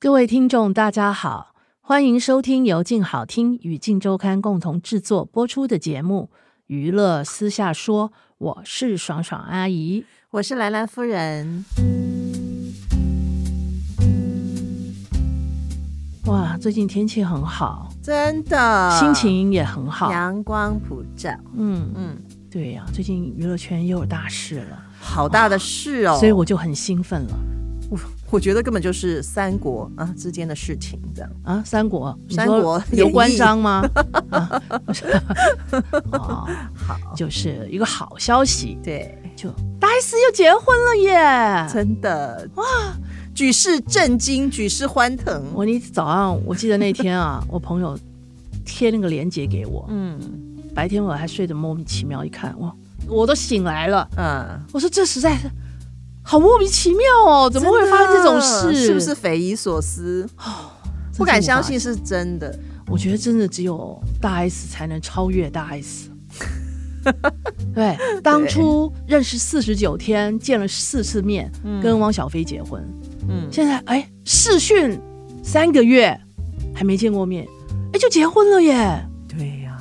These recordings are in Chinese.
各位听众，大家好，欢迎收听由静好听与静周刊共同制作播出的节目《娱乐私下说》，我是爽爽阿姨。我是兰兰夫人。哇，最近天气很好，真的，心情也很好。阳光普照，嗯，嗯，对呀、最近娱乐圈又有大事了，好大的事哦。所以我就很兴奋了我我觉得根本就是三国啊之间的事情这样。啊！三国，你三说 国刘演关义张吗？啊，不是 哦，好，就是一个好消息，对，就大 S 又结婚了耶！真的哇，举世震惊，举世欢腾。我你早上我记得那天 啊，我朋友贴那个链接给我，嗯白天我还睡得莫名其妙，一看哇，我都醒来了。嗯，我说这实在是好莫名其妙哦，怎么会真的发啊生这种事？哦是不是？匪夷所思？不敢相信是真的。我觉得真的只有大 S 才能超越大 S。对，当初认识四十九天，见了四次面，跟汪小菲结婚。嗯，现在哎，试训三个月还没见过面，哎就结婚了耶，对呀、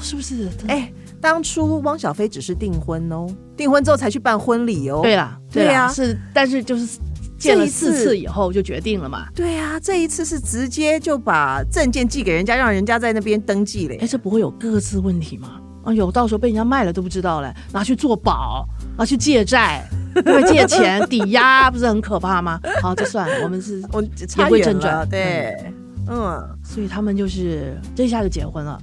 是不是？哎、当初汪小菲只是订婚哦，订婚之后才去办婚礼哦。对啦，对啦，啊是，但是就是见了这一次四次以后就决定了嘛。对啊，这一次是直接就把证件寄给人家，让人家在那边登记嘞哎，。这不会有各自问题吗？啊，有，到时候被人家卖了都不知道嘞，拿去做保，拿去借债，对不对？借钱抵押，不是很可怕吗？好，这算了，我们是，我差言归远正了，传对，嗯，所以他们就是这下就结婚了，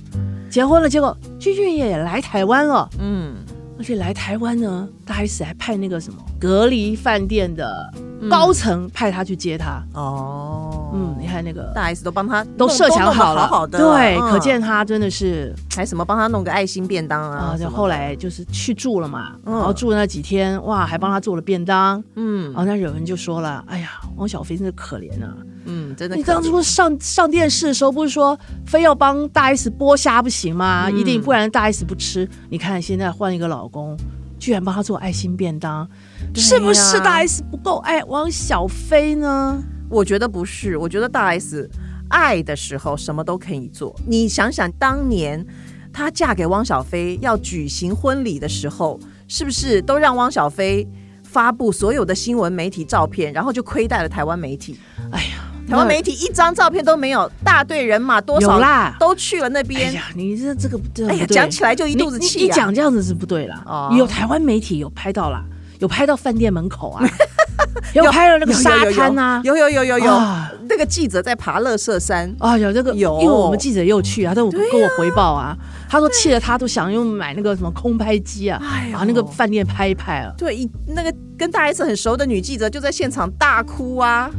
结婚了，结果俊俊也来台湾了，嗯，而且来台湾呢，大 S 还派那个什么隔离饭店的嗯高层派他去接他，哦，嗯，你看那个大 S 都帮他都弄设想弄得好好了，好的，对，嗯可见他真的是还什么帮他弄个爱心便当啊啊，，什就么的后，来就是去住了嘛，嗯然后住那几天，哇，还帮他做了便当。嗯然后那有人就说了：“哎呀，汪小菲真的可怜啊！嗯，真的可你怜，当初上上电视的时候，不是说非要帮大 S 剥虾不行吗？嗯一定，不然大 S 不吃。你看现在换一个老公，居然帮他做爱心便当，对呀是不是大 S 不够爱汪小菲呢？我觉得不是，我觉得大 S 爱的时候什么都可以做。你想想，当年她嫁给汪小菲要举行婚礼的时候，是不是都让汪小菲发布所有的新闻媒体照片，然后就亏待了台湾媒体？哎呀，台那湾媒体一张照片都没有，大队人马多有少啦都去了那哎边。呀，你这这个这哎呀，讲起来就一肚子你气你。你呀、讲这样子是不对啦。哦有台湾媒体有拍到啦，有拍到饭店门口 啊，有拍到那个沙滩啊。有有有有有有啊那个记者在爬乐色山，啊，有这个，有因为我们记者又去啊，他都跟我回报啊，他说气得他都想用买那个什么空拍机啊，哎呦把那个饭店拍一拍啊，对，一那个跟大 S 很熟的女记者就在现场大哭啊。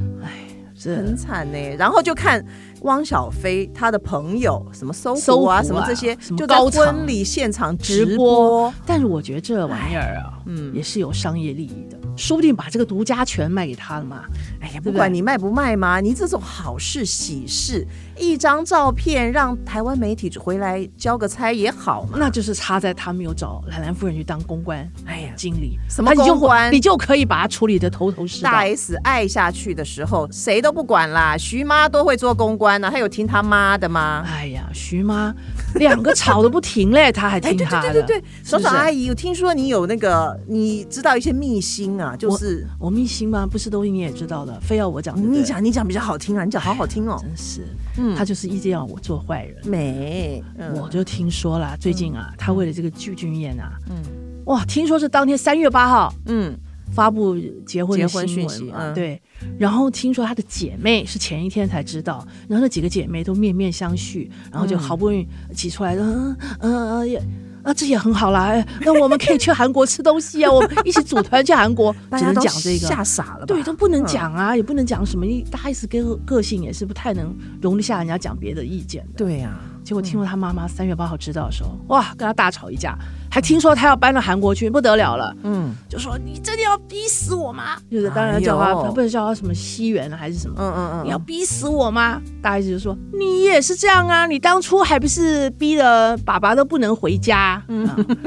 这很惨呢、然后就看汪小菲他的朋友什么搜搜狐狐啊啊，什么这些，什么就在高层婚礼现场直直播。播，但是我觉得这玩意儿啊，嗯也是有商业利益的，说不定把这个独家权卖给他了嘛，哎呀，对不不管对你卖不卖嘛，你这种好事喜事，一张照片让台湾媒体回来交个差也好嘛。那就是差在他没有找兰兰夫人去当公关哎呀，经理，什么他你就公关你就可以把它处理的头头是道大。S 爱下去的时候，谁都不管啦。徐妈都会做公关呐、啊，她有听她妈的吗？哎呀，徐妈，两个吵得不停嘞，他还哎，听对他对的，对对对，是爽不是爽阿姨，我听说你有那个，你知道一些秘辛啊，就我是我秘辛嘛，不是都你也知道的，非要我讲对不对，嗯你讲你讲比较好听啊，你讲好好听哦。真是，嗯他就是一直要我做坏人。美，嗯我就听说啦，最近啊，他为了这个具俊彦啊，嗯哇，听说是当天三月八号嗯，发布结婚的结婚新讯闻息嘛，嗯对。然后听说他的姐妹是前一天才知道，然后那几个姐妹都面面相觑，然后就嗯好不容易挤出来，嗯嗯嗯，也啊，这也很好啦。哎那我们可以去韩国吃东西啊，我们一起组团去韩国， 大只家能都讲这个，吓嗯傻了吧？对，都不能讲啊，也不能讲什么一大 S 跟个性也是不太能容得下人家讲别的意见的。对呀、结果听说他妈妈三月八号知道的时候，哇，跟他大吵一架，还听说他要搬到韩国去，不得了了，嗯就说你真的要逼死我吗？就是当然要叫哎他，呦他不是叫他什么西元啊还是什么？嗯嗯嗯，你要逼死我吗？大 S 就说你也是这样啊，你当初还不是逼得爸爸都不能回家？嗯，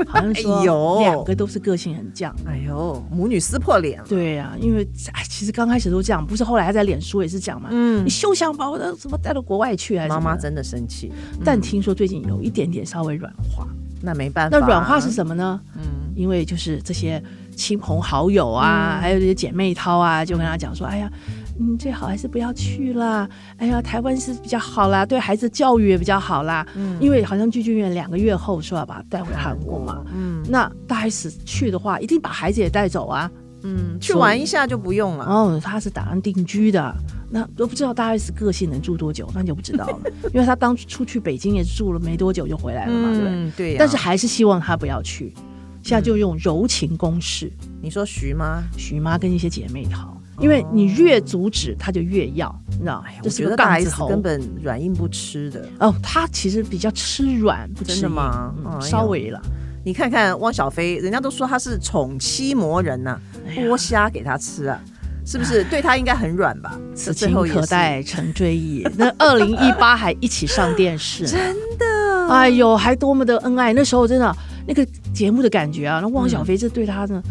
好像说 哎呦两个都是个性很犟。哎呦，母女撕破脸了。对呀、因为哎，其实刚开始都这样，不是后来他在脸书也是讲嘛，嗯你，休想把我的什么带到国外去啊？妈妈，真的生气，嗯但听说最近有一点点稍微软化。那没办法。啊那软化是什么呢？嗯，因为就是这些亲朋好友啊，还有这些姐妹淘啊，就跟他讲说，哎呀。嗯，最好还是不要去啦。哎呀，台湾是比较好啦，对孩子教育也比较好啦。嗯，因为好像剧剧院两个月后说要把他带回韩国嘛。嗯那大 S 去的话，一定把孩子也带走啊。嗯，去玩一下就不用了。哦，他是打算定居的，那都不知道大 S 个性能住多久，那就不知道了，因为他当初去北京也住了没多久就回来了嘛，对不对？嗯，对呀、但是还是希望他不要去，现在就用柔情攻势，你说徐吗？许妈跟一些姐妹淘，因为你越阻止他就越要，你知道吗哦哎，这我是觉个得大杠子 S 头。根本软硬不吃的。哦，他其实比较吃软，不吃真的硬吗嗯哎呦稍微了，你看看汪小菲，人家都说他是宠妻魔人呐、哎呀剥虾给他吃啊，是不是？对他应该很软吧？此这最情后也可是。待 成追忆。那二零一八还一起上电 视，真的，哎呦，还多么的恩爱。那时候真的那个节目的感觉啊，那汪小菲这对他呢，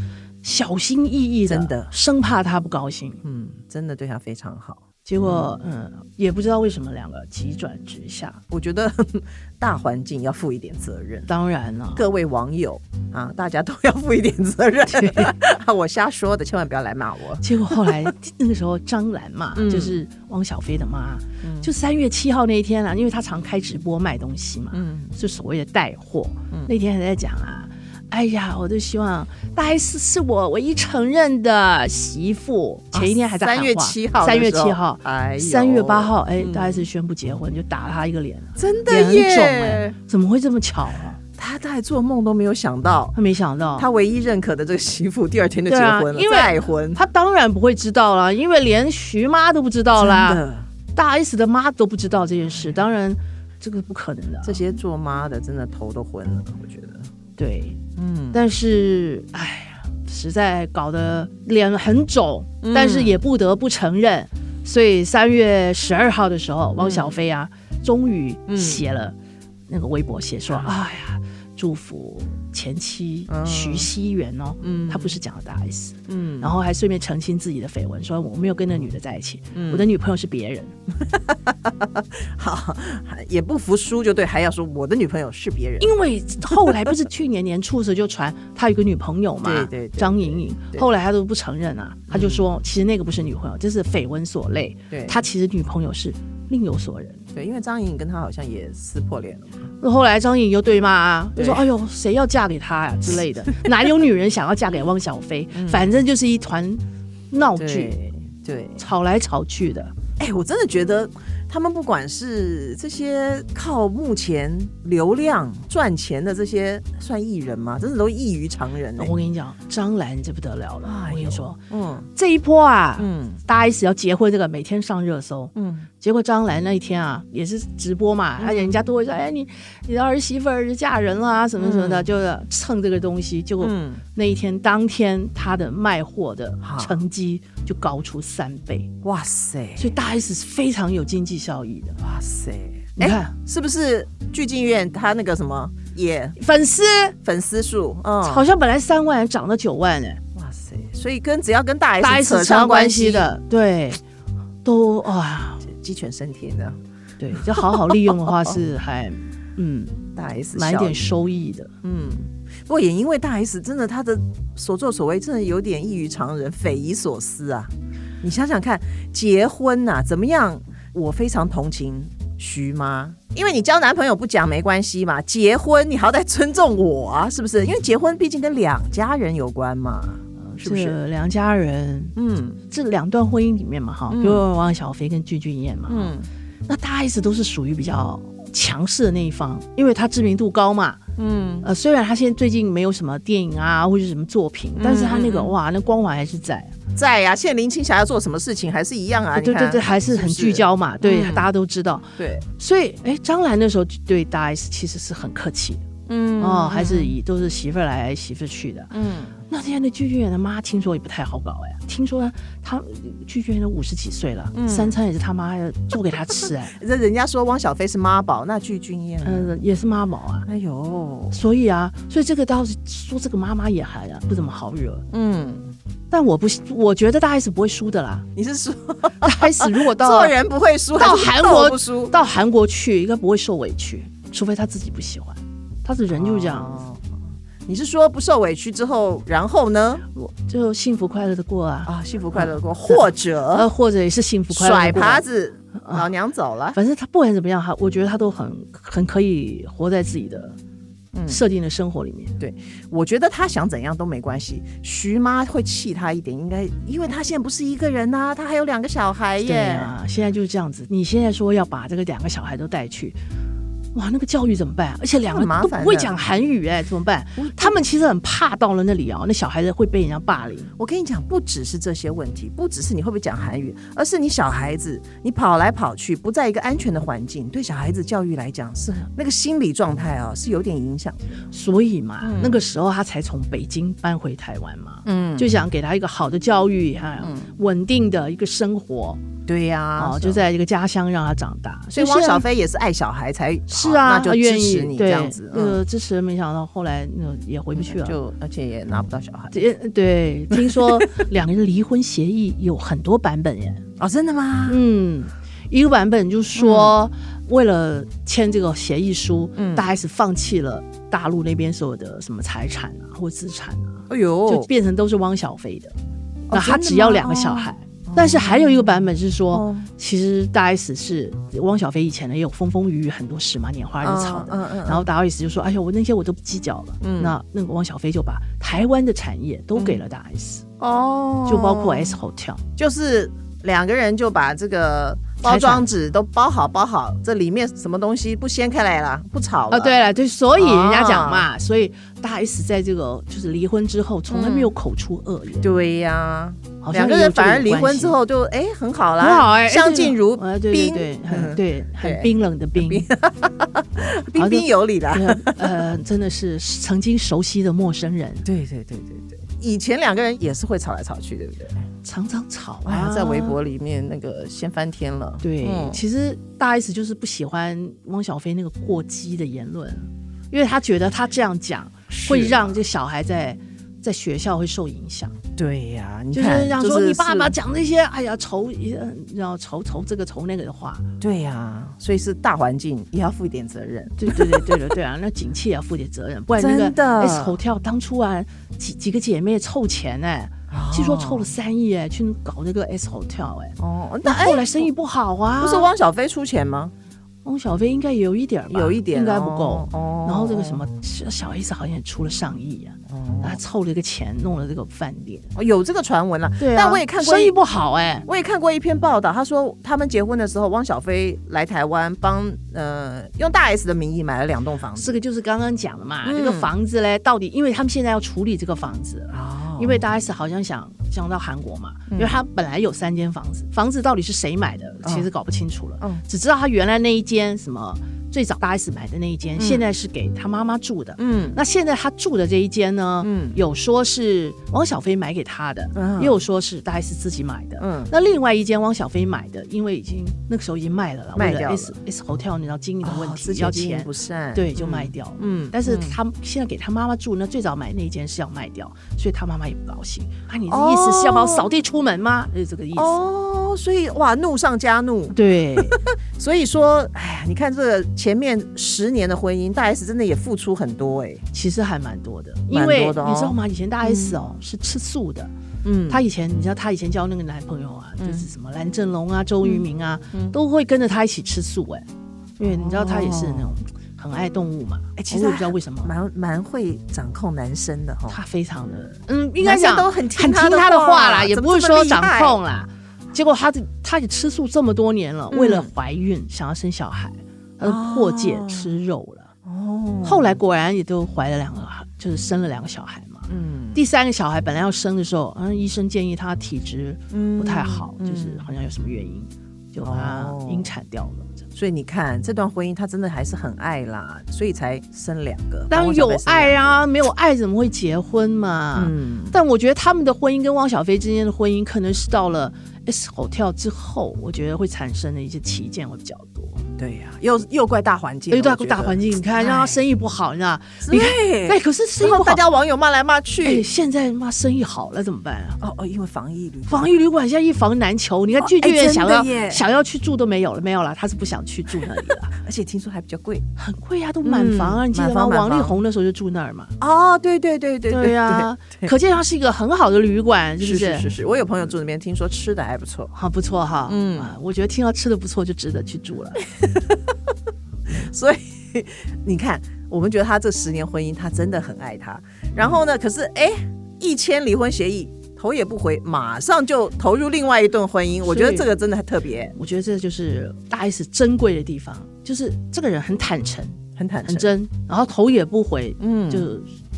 小心翼翼的，嗯真的生怕他不高兴。嗯，真的对他非常好。结果，嗯，也不知道为什么两个急转直下。我觉得 大环境要负一点责任，当然了，各位网友啊，大家都要负一点责任。 我瞎说的，千万不要来骂我。结果后来那个时候，张兰嘛，嗯就是汪小菲的妈，嗯就三月七号那一天啊，因为她常开直播卖东西嘛，嗯，就所谓的带货。嗯那天还在讲啊，哎呀，我就希望大 S 是我唯一承认的媳妇。前一天还在喊话啊三月七号的时候，三月七号，哎呦，三月八号，哎，嗯大 S 宣布结婚，就打了他一个脸，真的脸很肿哎耶！，怎么会这么巧啊？他大概做梦都没有想到，他没想到，他唯一认可的这个媳妇，第二天就结婚了，对啊因为再婚。他当然不会知道啦，因为连徐妈都不知道啦。真的，大 S 的妈都不知道这件事，当然这个不可能的啊。这些做妈的真的头都昏了，我觉得。对，嗯，但是哎呀，实在搞得脸很肿，嗯但是也不得不承认。所以三月十二号的时候，汪小菲啊，嗯终于写了那个微博，写说：“哎呀，祝福前妻嗯徐熙媛哦。”嗯他不是讲了大 S，嗯然后还顺便澄清自己的绯闻，说我没有跟那女的在一起，嗯我的女朋友是别人。好，还也不服输就对，还要说我的女朋友是别人。因为后来不是去年年初的时候就传他有个女朋友嘛， 对对对张莹莹，对嗯后来他都不承认啊，他就说其实那个不是女朋友，这是绯闻所累，对他其实女朋友是另有所人。对，因为张颖跟他好像也撕破脸了嘛。那后来张莹莹又对骂啊，就对说哎呦谁要嫁给他呀、之 类的，哪有女人想要嫁给汪小菲？反正就是一团闹剧，嗯对对，吵来吵去的。哎、我真的觉得他们不管是这些靠目前流量赚钱的这些算艺人吗？真的都异于常人、欸。我跟你讲，张兰这不得了了，哎我跟你呦说嗯这一波啊，嗯大 S 要结婚这个每天上热搜，嗯，结果张兰那一天啊，也是直播嘛，而且人家都会说：“哎，你你的儿媳妇儿嫁人了啊，什么什么的，就是蹭这个东西。”结果嗯那一天当天，她的卖货的好成绩就高出三倍，哇塞所以大 S 是非常有经济效益的。哇塞，你哎看是不是剧进院他那个什么也粉丝粉丝数？嗯，好像本来三万涨到九万哎、哇塞，所以跟只要跟大大 S 哦扯扯上上关关系系的，的，对，都啊，鸡犬升天的对，就好好利用的话是还嗯大 S 蛮一效点应收益的。嗯，不过也因为大 S 真的她的所作所为真的有点异于常人，匪夷所思啊！你想想看，结婚呐、怎么样？我非常同情徐妈，因为你交男朋友不讲没关系嘛，结婚你好歹尊重我啊，是不是？因为结婚毕竟跟两家人有关嘛，是不是？这两家人嗯这两段婚姻里面嘛，哈，嗯比如王小菲跟具俊晔嘛，嗯，那大 S 都是属于比较强势的那一方，因为他知名度高嘛。嗯，呃，虽然他现在最近没有什么电影啊或者什么作品，但是他那个、嗯嗯哇，那光环还是在。在呀、现在林青霞要做什么事情还是一样啊，对你对看对，还是很是不是聚焦嘛，对，嗯大家都知道。对，所以，哎，张兰那时候就对大 S 其实是很客气的、嗯哦，还是以都是媳妇儿来媳妇儿去的。嗯那现在的剧院他妈听说也不太好搞哎，听说他剧院都五十几岁了，嗯三餐也是他妈做给他吃哎，这人家说汪小菲是妈宝，那具俊晔呢，嗯、也是妈宝啊。哎呦，所以啊，所以这个倒是说这个妈妈也还、啊、不怎么好惹，嗯，但我不，我觉得大 S 不会输的啦。你是说大 S 如 果到做人不会输，到还是韩斗国不输？到韩国去，应该不会受委屈，除非他自己不喜欢。他的人就是这样子，哦你是说不受委屈之后，然后呢？我就幸福快乐的过啊，啊，幸福快乐过，或者呃，或者也是幸福快乐甩地过啊耙子，老娘走了。反正他不管怎么样，他我觉得他都很很可以活在自己的嗯设定的生活里面。我觉得他想怎样都没关系。徐妈会气他一点，应该，因为他现在不是一个人呐、他还有两个小孩对耶。啊，现在就是这样子。你现在说要把这个两个小孩都带去，哇，那个教育怎么办？而且两个很麻都不烦会的讲韩语、哎，怎么办？他们其实很怕到了那里啊，那小孩子会被人家霸凌。我跟你讲，不只是这些问题，不只是你会不会讲韩语，而是你小孩子你跑来跑去，不在一个安全的环境，对小孩子教育来讲是那个心理状态啊、是有点影响。所以嘛，那个时候他才从北京搬回台湾嘛，嗯，就想给他一个好的教育，哈、稳定的一个生活对呀、啊，就在一个家乡让他长大。所以现汪在小菲也是爱小孩才是啊，好那就他愿支意持你这对样子，那嗯，个支持没想到后来那个也回不去了。就而且也拿不到小孩这对，听说两个人离婚协议有很多版本 耶。哦，真的吗？嗯，一个版本就说，为了签这个协议书，嗯大 S 放弃了大陆那边所有的什么财产啊或资产啊，哎就呦，变成都是汪小菲的，那、真他的只要吗两个小哦孩。但是还有一个版本是说，哦其实大 S 是汪小菲以前呢也有风风雨雨很多事嘛，拈花惹草的。嗯嗯嗯然后大 S 就说：“哎呦，我那些我都不计较了。那那个汪小菲就把台湾的产业都给了大 S，、哦，就包括 S Hotel。就是两个人就把这个包装纸都包好包好，这里面什么东西不掀开来了，不吵哦了。啊，对了，对，所以人家讲嘛，啊所以大 S 在这个就是离婚之后，从来没有口出恶言，对呀、好像嗯两个人有这反而有离关婚系之后就哎很好啦，很好哎，相敬如哎对对宾，对，很嗯 对，很对冰冷的冰，彬彬有礼啦。对 呃，真的是曾经熟悉的陌生人，对对对对对，以前两个人也是会吵来吵去，对不对？常常吵哎啊呀，，在微博里面那个掀翻天了。对，嗯其实大 S 就是不喜欢汪小菲那个过激的言论，因为他觉得他这样讲会让这小孩在在学校会受影响，对呀、你就看是想说你爸爸是讲那些哎呀仇，呃然后仇仇这个仇那个的话，对呀、所以是大环境也要负一点责任。对对对对了对 啊，那景气也要负点责任，不然那真个的 S Hotel 当初啊几几个姐妹凑钱哎、据说凑了三亿哎去搞那个 S Hotel 哎、哦，那那哎，后来生意不好啊，不是汪小菲出钱吗？汪小菲应该有一点儿吧，有一点应该不哦够。哦然后这个什么小 S 好像也出了上亿啊，他凑了一个钱弄了这个饭店。哦有这个传闻了、对啊，但我也看过生意一，不好哎、我也看过一篇报道，他说他们结婚的时候，汪小菲来台湾帮呃用大 S 的名义买了两栋房子。这个就是刚刚讲的嘛，嗯这个房子嘞，到底因为他们现在要处理这个房子了，哦因为大 S 好像想想到韩国嘛，因为他本来有三间房子，房子到底是谁买的，其实搞不清楚了，嗯只知道他原来那一间什么最早大 S 买的那一间，现在是给他妈妈住的，嗯那现在他住的这一间呢，嗯有说是汪小菲买给他的，嗯也有说是大 S 自己买的。嗯那另外一间汪小菲买的，因为已经那个时候已经卖了啦，卖为掉了了 S S Hotel 你知道经营的问哦题、之前要经营钱不，善，对，就嗯卖掉了。嗯但是他现在给他妈妈住，那最早买那间是要卖掉，所以他妈妈也不高兴。啊，你的意思是要把我扫地出门吗？就是这个意思。哦，所以哇，怒上加怒。对，所以说，哎呀，你看这个前面十年的婚姻，大 S 真的也付出很多哎、其实还蛮多的，因蛮为多的哦你知道吗？以前大 S 哦、是吃素的，嗯，她以前，你知道她以前交那个男朋友啊，就是什么蓝正龙啊、周渝民啊，嗯都会跟着她一起吃素哎、因为你知道她也是那种很爱动物嘛，哎其实我也不她知道为什么。蛮蛮会掌控男生的哈、她非常的，嗯，应该讲男生都很听很她的她的话啦，怎么也不是这么说厉掌害控嗯啦。结果她这，她也吃素这么多年了，为了怀孕想要生小孩，她都破戒哦吃肉了。哦后来果然也都怀了两个，就是生了两个小孩嘛。嗯第三个小孩本来要生的时候，嗯，医生建议他体质嗯不太好，嗯就是好像有什么原因，就把他哦引产掉了。这样所以你看，这段婚姻他真的还是很爱啦，所以才生两个。当然有爱啊，啊，没有爱怎么会结婚嘛？嗯，但我觉得他们的婚姻跟汪小菲之间的婚姻，可能是到了 S Hotel 之后，我觉得会产生的一些旗舰会比较多。对呀、又又怪大环境，啊因为大我觉得大环，境，你看让他生意不好，你知道？你看，哎，对，可是生意然不后好大，家网友骂来骂哎，去，现在妈生意好了怎么办啊？哦哦，因为防疫旅馆防疫旅馆现在一房难求，你看哦剧剧哎真院的想要、耶想要去住都没有了，没有了，他是不想去住那里了，而且听说还比较贵。很贵啊，都满房啊，嗯你记得满吗？房满房王力宏那时候就住那儿嘛，哦，对对对对对呀、呀，对可见它是一个很好的旅馆，是是不是是是，我有朋友住那边，听说吃的还不错， 好不错哈，嗯嗯、啊，我觉得听到吃的不错就值得去住了。所以你看，我们觉得他这十年婚姻，他真的很爱他。然后呢，可是哎，一签离婚协议，头也不回，马上就投入另外一段婚姻。我觉得这个真的很特别，我觉得这就是大嗯 S 珍贵的地方，就是这个人很坦诚、很坦很诚，真，然后头也不回，嗯就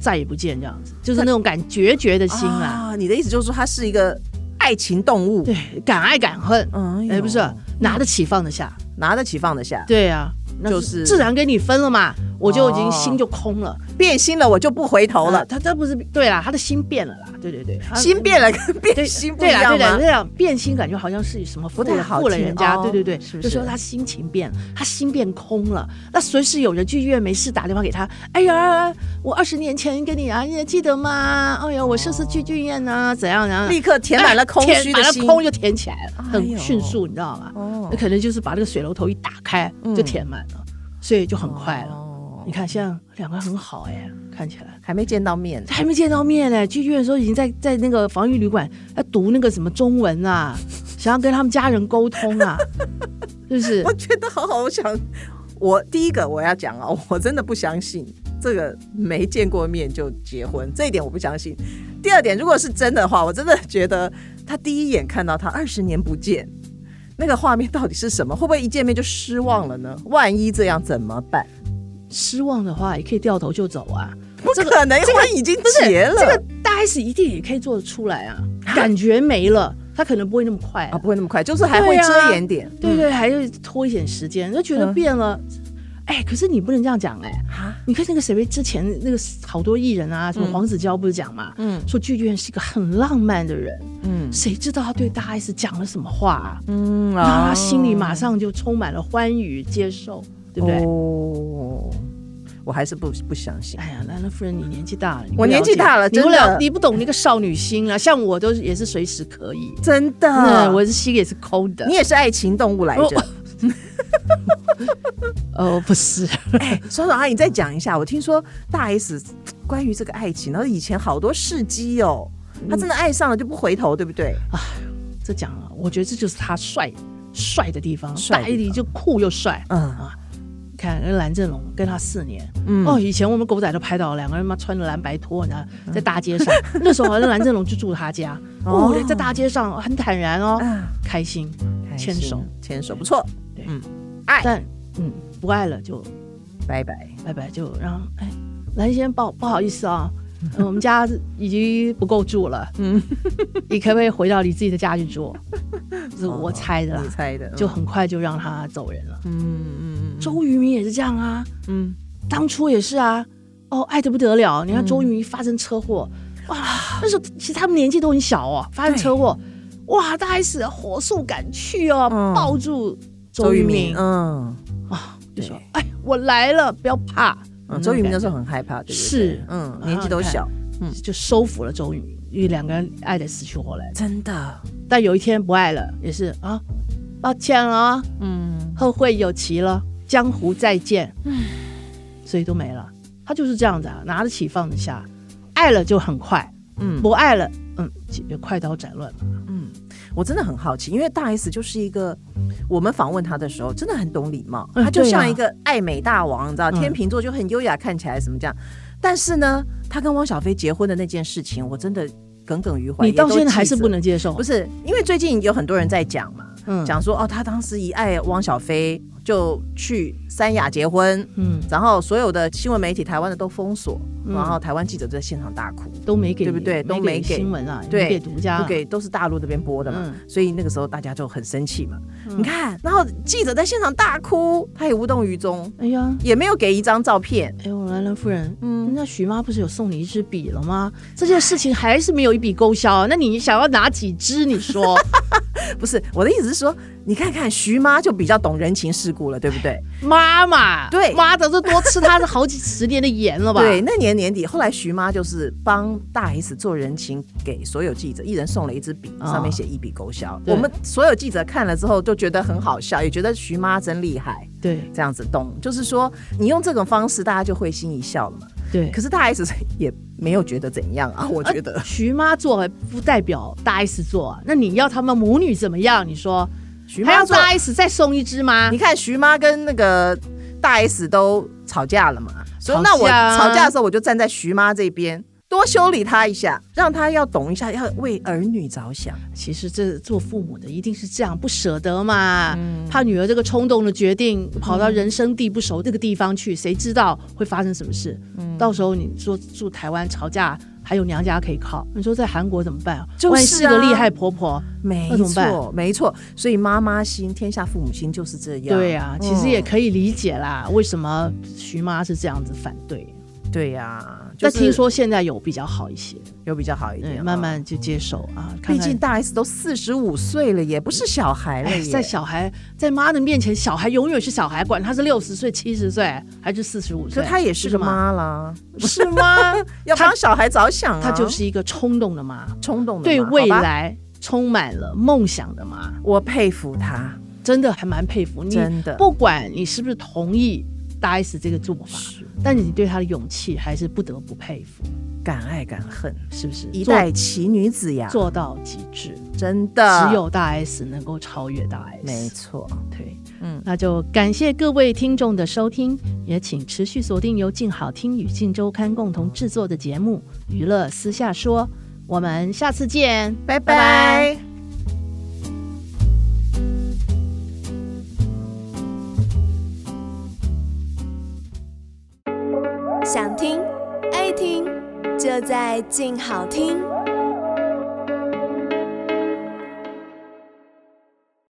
再也不见这样子，就是那种敢决绝的心啦、啊。你的意思就是说，他是一个爱情动物，对，敢爱敢恨，嗯哎，不是拿得起放得下，拿得起放得下，对啊，那就是自然跟你分了嘛，我就已哦经心就空了，变心了我就不回头啊哦了，他这不是对啦，他的心变了啦，对对对，他心变了跟对 变心不嗯一对啦样对啦吗对？啦，变心感觉好像是什么不负太了好负了听人家，哦对对对，是不就是说他心情变了，他心变空了，那随时有人去医院没事打电话给他，哎呀，我二十年前跟你啊，你还记得吗？哎呀，我这次去剧院啊，怎样怎样，立刻填满了空虚哎的填心，满了空就填起来了，哎呦很迅速，你知道吗？哦那可能就是把这个水龙头一打开嗯就填满了，所以就很快了。哦你看，像两个很好哎，看起来还没见到面，还没见到面呢，去医院的时候已经在在那个防疫旅馆要读那个什么中文啊， 想要跟他们家人沟通啊， 是不是我？觉得好好，我想，我第一个我要讲啊， 我真的不相信这个没见过面就结婚这一点，我不相信。第二点，如果是真的话，我真的觉得他第一眼看到他二十年不见，那个画面到底是什么？会不会一见面就失望了呢？万一这样怎么办？失望的话也可以掉头就走啊，不这个可能，这个婚已经不是结了、这个大 S 一定也可以做得出来啊，感觉没了，他可能不会那么快啊，啊，不会那么快，就是还会对啊遮掩点。对对，还是拖一点时间，就觉得嗯变了。哎，可是你不能这样讲哎、啊你看那个谁之前那个好多艺人啊，什么嗯黄子佼不是讲嘛，嗯说具俊晔是一个很浪漫的人，嗯谁知道他对大 S 讲了什么话啊？嗯然后他心里马上就充满了欢愉接受，对不对？哦，我还是不不相信。哎呀，兰兰夫人，你年纪大了，你不我年纪解大了你不真的了，你不懂那个少女心啊。像我都是也是随时可以，真的，那我的心也是空的啊你。也是爱情动物来着我。 哦，不是，哎，爽爽阿姨，你再讲一下，我听说大 S 关于这个爱情，然后以前好多事迹哦，她真的爱上了就不回头，对不对？这讲啊，我觉得这就是他帅帅的地方，帅大的地方一就酷又帅。嗯啊看，跟蓝正龙跟他四年，嗯哦，以前我们狗仔都拍到了两个人嘛穿着蓝白拖，然后在大街上， 那时候好像蓝正龙就住他家，哦哦，在大街上很坦然哦，啊，开心，开心牵手，牵手不错，对嗯，但嗯不爱了就拜拜。拜拜，就然后哎，蓝先生不好不好意思 啊、呃我们家已经不够住了，嗯嗯，你可不可以回到你自己的家去 住？这是哦我猜的啦你，猜的，嗯就很快就让他走人了。啊嗯嗯嗯周渝民也是这样啊，嗯，当初也是啊，哦，爱得不得了。你看周渝民发生车祸，哇，那时候其实他们年纪都很小哦，发生车祸，哇，大 S 火速赶去哦，嗯抱住周周渝渝民，民嗯啊，就说对：“哎，我来了，不要怕。嗯，周渝民那时候候很害怕，对不对？是嗯，年纪都小，嗯就收服了周渝民，因为两个人爱得死去活来。真的，但有一天不爱了，也是啊，抱歉啊、嗯，后会有期了，江湖再见。所以都没了。他就是这样子啊，拿得起放得下，爱了就很快，嗯不爱了，嗯，也快刀斩乱麻。嗯，我真的很好奇，因为大 S 就是一个，我们访问她的时候真的很懂礼貌，嗯她就像对啊一个爱美大王，你知道，嗯天秤座就很优雅，看起来什么这样。但是呢，她跟汪小菲结婚的那件事情，我真的耿耿于怀。你到也都现在还记是着不，能接受不，是因为最近有很多人在讲嘛，嗯讲说哦，她当时一爱汪小菲就去三亚结婚，嗯，然后所有的新闻媒体台湾的都封锁，嗯然后台湾记者就在现场大哭，都没给，对不对都没没给新闻啊，也对没给独家不啊，给都是大陆那边播的嘛，嗯所以那个时候大家就很生气嘛。你看，然后记者在现场大哭，他也无动于衷，哎呀，也没有给一张照片。哎呦，兰兰夫人，嗯人家徐妈不是有送你一支笔了吗？这件事情还是没有一笔勾销啊，那你想要拿几支？你 说，不是我的意思是说，你看看徐妈就比较懂人情世故了，对不对？妈妈，对妈的，这多吃她的好几十年的盐了吧？对，，那年年底，后来徐妈就是帮大 S 做人情，给所有记者一人送了一支笔，哦上面写一笔勾销。对我们所有记者看了之后就觉得很好笑，也觉得徐妈真厉害，对这样子懂，就是说你用这种方式，大家就会心一笑了嘛。对。可是大 S 也没有觉得怎样呃啊，我觉得。 徐妈做还不代表大 S 做啊，那你要他们母女怎么样？你说徐还要做大 S 再送一支吗你？看徐妈跟那个大 S 都吵架了嘛，所以吵那我架啊吵架的时候，我就站在徐妈这边，多修理她一下，让她要懂一下，要为儿女着想。其实这做父母的一定是这样，不舍得嘛，嗯怕女儿这个冲动的决定跑到人生地不熟这个地方去，谁知道会发生什么事？嗯到时候你说住台湾吵架，还有娘家可以靠，你说在韩国怎么办？就是啊万一是个厉害婆婆，没那怎么错，办没错。所以妈妈心，天下父母心就是这样。对呀、其实嗯也可以理解啦，为什么徐妈是这样子反对？对呀、就但是听说现在有比较好一些，有比较好一点对，啊，慢慢就接受啊。看看毕竟大 S 都四十五岁了，也不是小孩了哎，耶。在小孩在妈的面前，小孩永远是小孩，管他是六十岁、七十岁还是四十五可岁，她也是个不吗？妈啦，是吗？ 要帮小孩着想啊。她就是一个冲动的妈，冲动的对嘛未，好吧来充满了梦想的妈，我佩服她，真的还蛮佩服你。真的不管你是不是同意大 S 这个做法，但你对她的勇气还是不得不佩服，敢爱敢恨，是不是？一做代奇女子呀，做到极致，真的只有大 S 能够超越大 S。没错。对，嗯嗯，那就感谢各位听众的收听，也请持续锁定由静好听与静周刊共同制作的节目《娱乐私下说》，我们下次见，拜拜。想听爱听，就在静好听。